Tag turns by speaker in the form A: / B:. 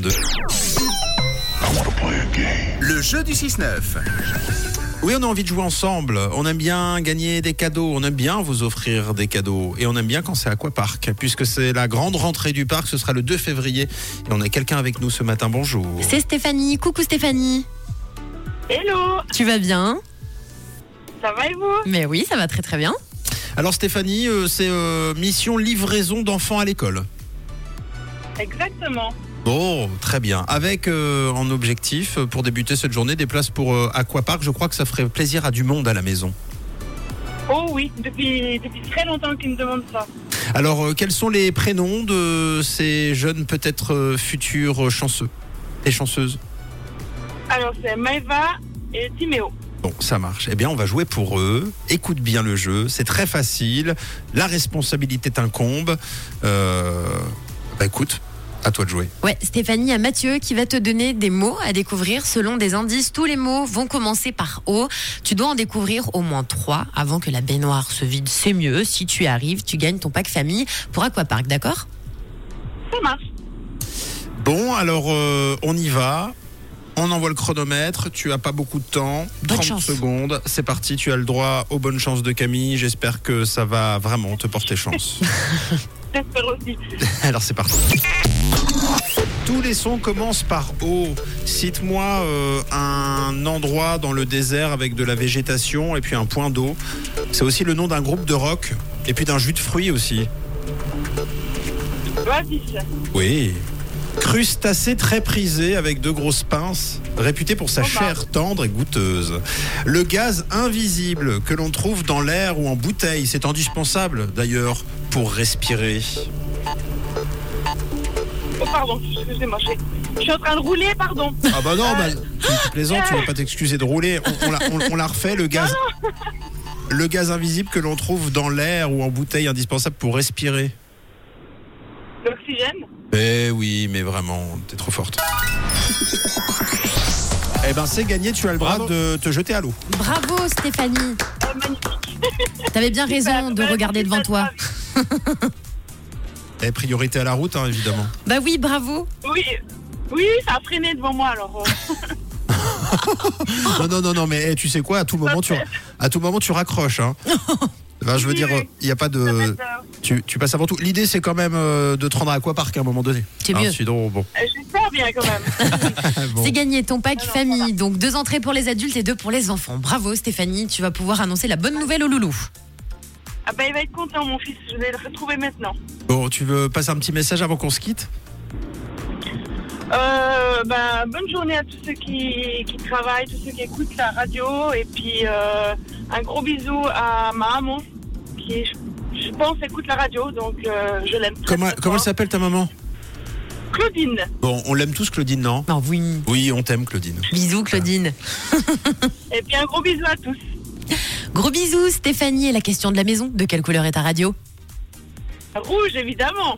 A: De-
B: Le jeu du 6-9.
A: Oui, on a envie de jouer ensemble. On aime bien gagner des cadeaux. On aime bien vous offrir des cadeaux. Et on aime bien quand c'est Aquapark, puisque c'est la grande rentrée du parc. Ce sera le 2 février. Et on a quelqu'un avec nous ce matin. Bonjour.
C: C'est Stéphanie. Coucou Stéphanie.
D: Hello,
C: Tu vas bien
D: ça va et vous
C: Mais oui, ça va très très bien.
A: Alors, Stéphanie, euh, c'est euh, mission livraison d'enfants à l'école.
D: Exactement.
A: Bon, très bien. Avec euh, en objectif, euh, pour débuter cette journée, des places pour euh, Aquapark. Je crois que ça ferait plaisir à du monde à la maison.
D: Oh oui, depuis, depuis très longtemps qu'ils me demandent ça.
A: Alors, euh, quels sont les prénoms de ces jeunes, peut-être euh, futurs euh, chanceux et chanceuses
D: Alors c'est Maeva et Timéo.
A: Bon, ça marche. Eh bien, on va jouer pour eux. Écoute bien le jeu. C'est très facile. La responsabilité t'incombe. Euh... Bah, écoute, à toi de jouer.
C: Ouais, Stéphanie, il y a Mathieu qui va te donner des mots à découvrir selon des indices. Tous les mots vont commencer par O. Tu dois en découvrir au moins trois avant que la baignoire se vide. C'est mieux. Si tu y arrives, tu gagnes ton pack famille pour Aquapark, d'accord
D: Ça marche.
A: Bon, alors, euh, on y va. On envoie le chronomètre. Tu as pas beaucoup de temps.
C: Bonne
A: 30
C: chance.
A: secondes. C'est parti. Tu as le droit aux bonnes chances de Camille. J'espère que ça va vraiment te porter chance.
D: J'espère aussi.
A: alors, c'est parti. Tous les sons commencent par O. Cite-moi euh, un endroit dans le désert avec de la végétation et puis un point d'eau. C'est aussi le nom d'un groupe de rock et puis d'un jus de fruits aussi.
D: Oasis,
A: Oui. Crustacé très prisé avec deux grosses pinces, réputé pour sa
D: Fromage.
A: chair tendre et goûteuse. Le gaz invisible que l'on trouve dans l'air ou en bouteille, c'est indispensable d'ailleurs pour respirer.
D: Oh pardon, j'ai mâché. Je suis en train de rouler, pardon.
A: Ah bah non, bah, tu, tu plaisantes, tu vas pas t'excuser de rouler. On, on la, on- on la refait, le gaz. Le gaz invisible que l'on trouve dans l'air ou en bouteille indispensable pour respirer.
D: L'oxygène.
A: Eh oui, mais vraiment, t'es trop forte. Eh ben c'est gagné, tu as le droit
B: Bravo.
A: de te jeter à l'eau.
C: Bravo Stéphanie.
D: Oh, magnifique.
C: T'avais bien raison
D: Super,
C: de
D: bah,
C: regarder devant
D: super,
C: toi.
A: Et priorité à la route, hein, évidemment.
C: Bah oui, bravo.
D: Oui, oui, ça a freiné devant moi alors. euh,
A: Non, non, non, non, mais eh, tu sais quoi, à tout moment, tu, à tout moment, tu raccroches. Hein. Enfin, je veux
D: Oui,
A: dire,
D: oui.
A: il n'y a pas
D: ça va
A: de.
D: être, euh,
A: Tu, tu passes avant tout. L'idée, c'est quand même euh, de te rendre à Aquapark à un moment donné.
C: C'est
A: Hein,
C: mieux.
A: sinon, bon.
D: J'espère bien quand même.
A: Bon.
C: C'est gagné ton pack
D: Alors,
C: famille. Donc deux entrées pour les adultes et deux pour les enfants. Bravo Stéphanie, tu vas pouvoir annoncer la bonne nouvelle au loulou.
D: Ah bah il va être content mon fils, je vais le retrouver maintenant.
A: Bon, tu veux passer un petit message avant qu'on se quitte
D: Euh, ben, bonne journée à tous ceux qui, qui travaillent, tous ceux qui écoutent la radio. Et puis, euh, un gros bisou à ma maman, qui, je, je pense, écoute la radio. Donc, euh, je l'aime. très,
A: Comment,
D: très fort.
A: comment elle s'appelle ta maman
D: Claudine.
A: Bon, on l'aime tous, Claudine, non
C: Non, Ah oui.
A: Oui, on t'aime, Claudine.
C: Bisous Claudine.
D: Et puis, un gros bisou à tous.
C: Gros bisous Stéphanie et la question de la maison, de quelle couleur est ta radio
D: Rouge, évidemment.